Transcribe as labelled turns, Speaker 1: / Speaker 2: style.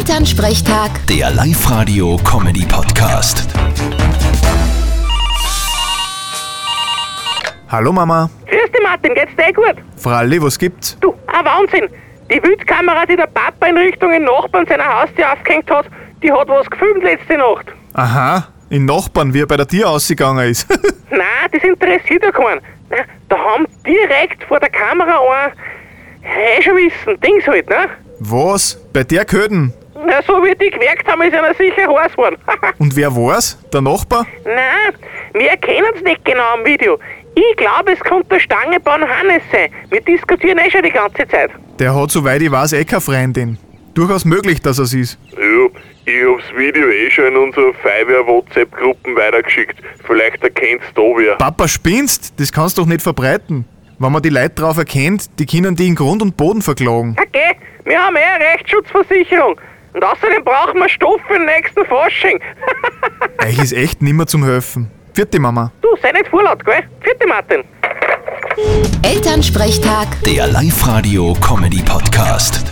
Speaker 1: Elternsprechtag,
Speaker 2: Der Live-Radio-Comedy-Podcast.
Speaker 3: Hallo Mama.
Speaker 4: Grüß dich, Martin, geht's dir eh gut?
Speaker 3: Fralli, was gibt's?
Speaker 4: Du, ein Wahnsinn! Die Wildkamera, die der Papa in Richtung den Nachbarn seiner Haustür aufgehängt hat, die hat was gefilmt letzte Nacht.
Speaker 3: Aha, in Nachbarn, wie er bei der Tür ausgegangen ist.
Speaker 4: Nein, das interessiert ja keinen. Na, Da haben direkt vor der Kamera ein, eh schon wissen, Dings halt, ne?
Speaker 3: was? Bei der Köden?
Speaker 4: Na, so wie die gemerkt haben, ist einer sicher heiß geworden.
Speaker 3: Und wer war's? Der Nachbar?
Speaker 4: Nein, wir erkennen's nicht genau am Video. Ich glaube, es könnte der Stangebahn Hannes sein. Wir diskutieren eh schon die ganze Zeit.
Speaker 3: Der hat, soweit ich weiß, eh keine Freundin. Durchaus möglich, dass er's ist.
Speaker 5: Ja, ich hab's Video eh schon in unsere Fiverr-WhatsApp-Gruppen weitergeschickt. Vielleicht erkennt's da wer.
Speaker 3: Papa, spinnst? Das kannst du doch nicht verbreiten. Wenn man die Leute drauf erkennt, die können die in Grund und Boden verklagen.
Speaker 4: Okay, wir haben eh eine Rechtsschutzversicherung. Und außerdem brauchen wir Stoff für den nächsten Fasching.
Speaker 3: Euch ist echt nimmer zum Helfen. Vierte Mama.
Speaker 4: du, sei nicht vorlaut, gell? Vierte Martin.
Speaker 1: Elternsprechtag.
Speaker 2: Der Live-Radio-Comedy-Podcast.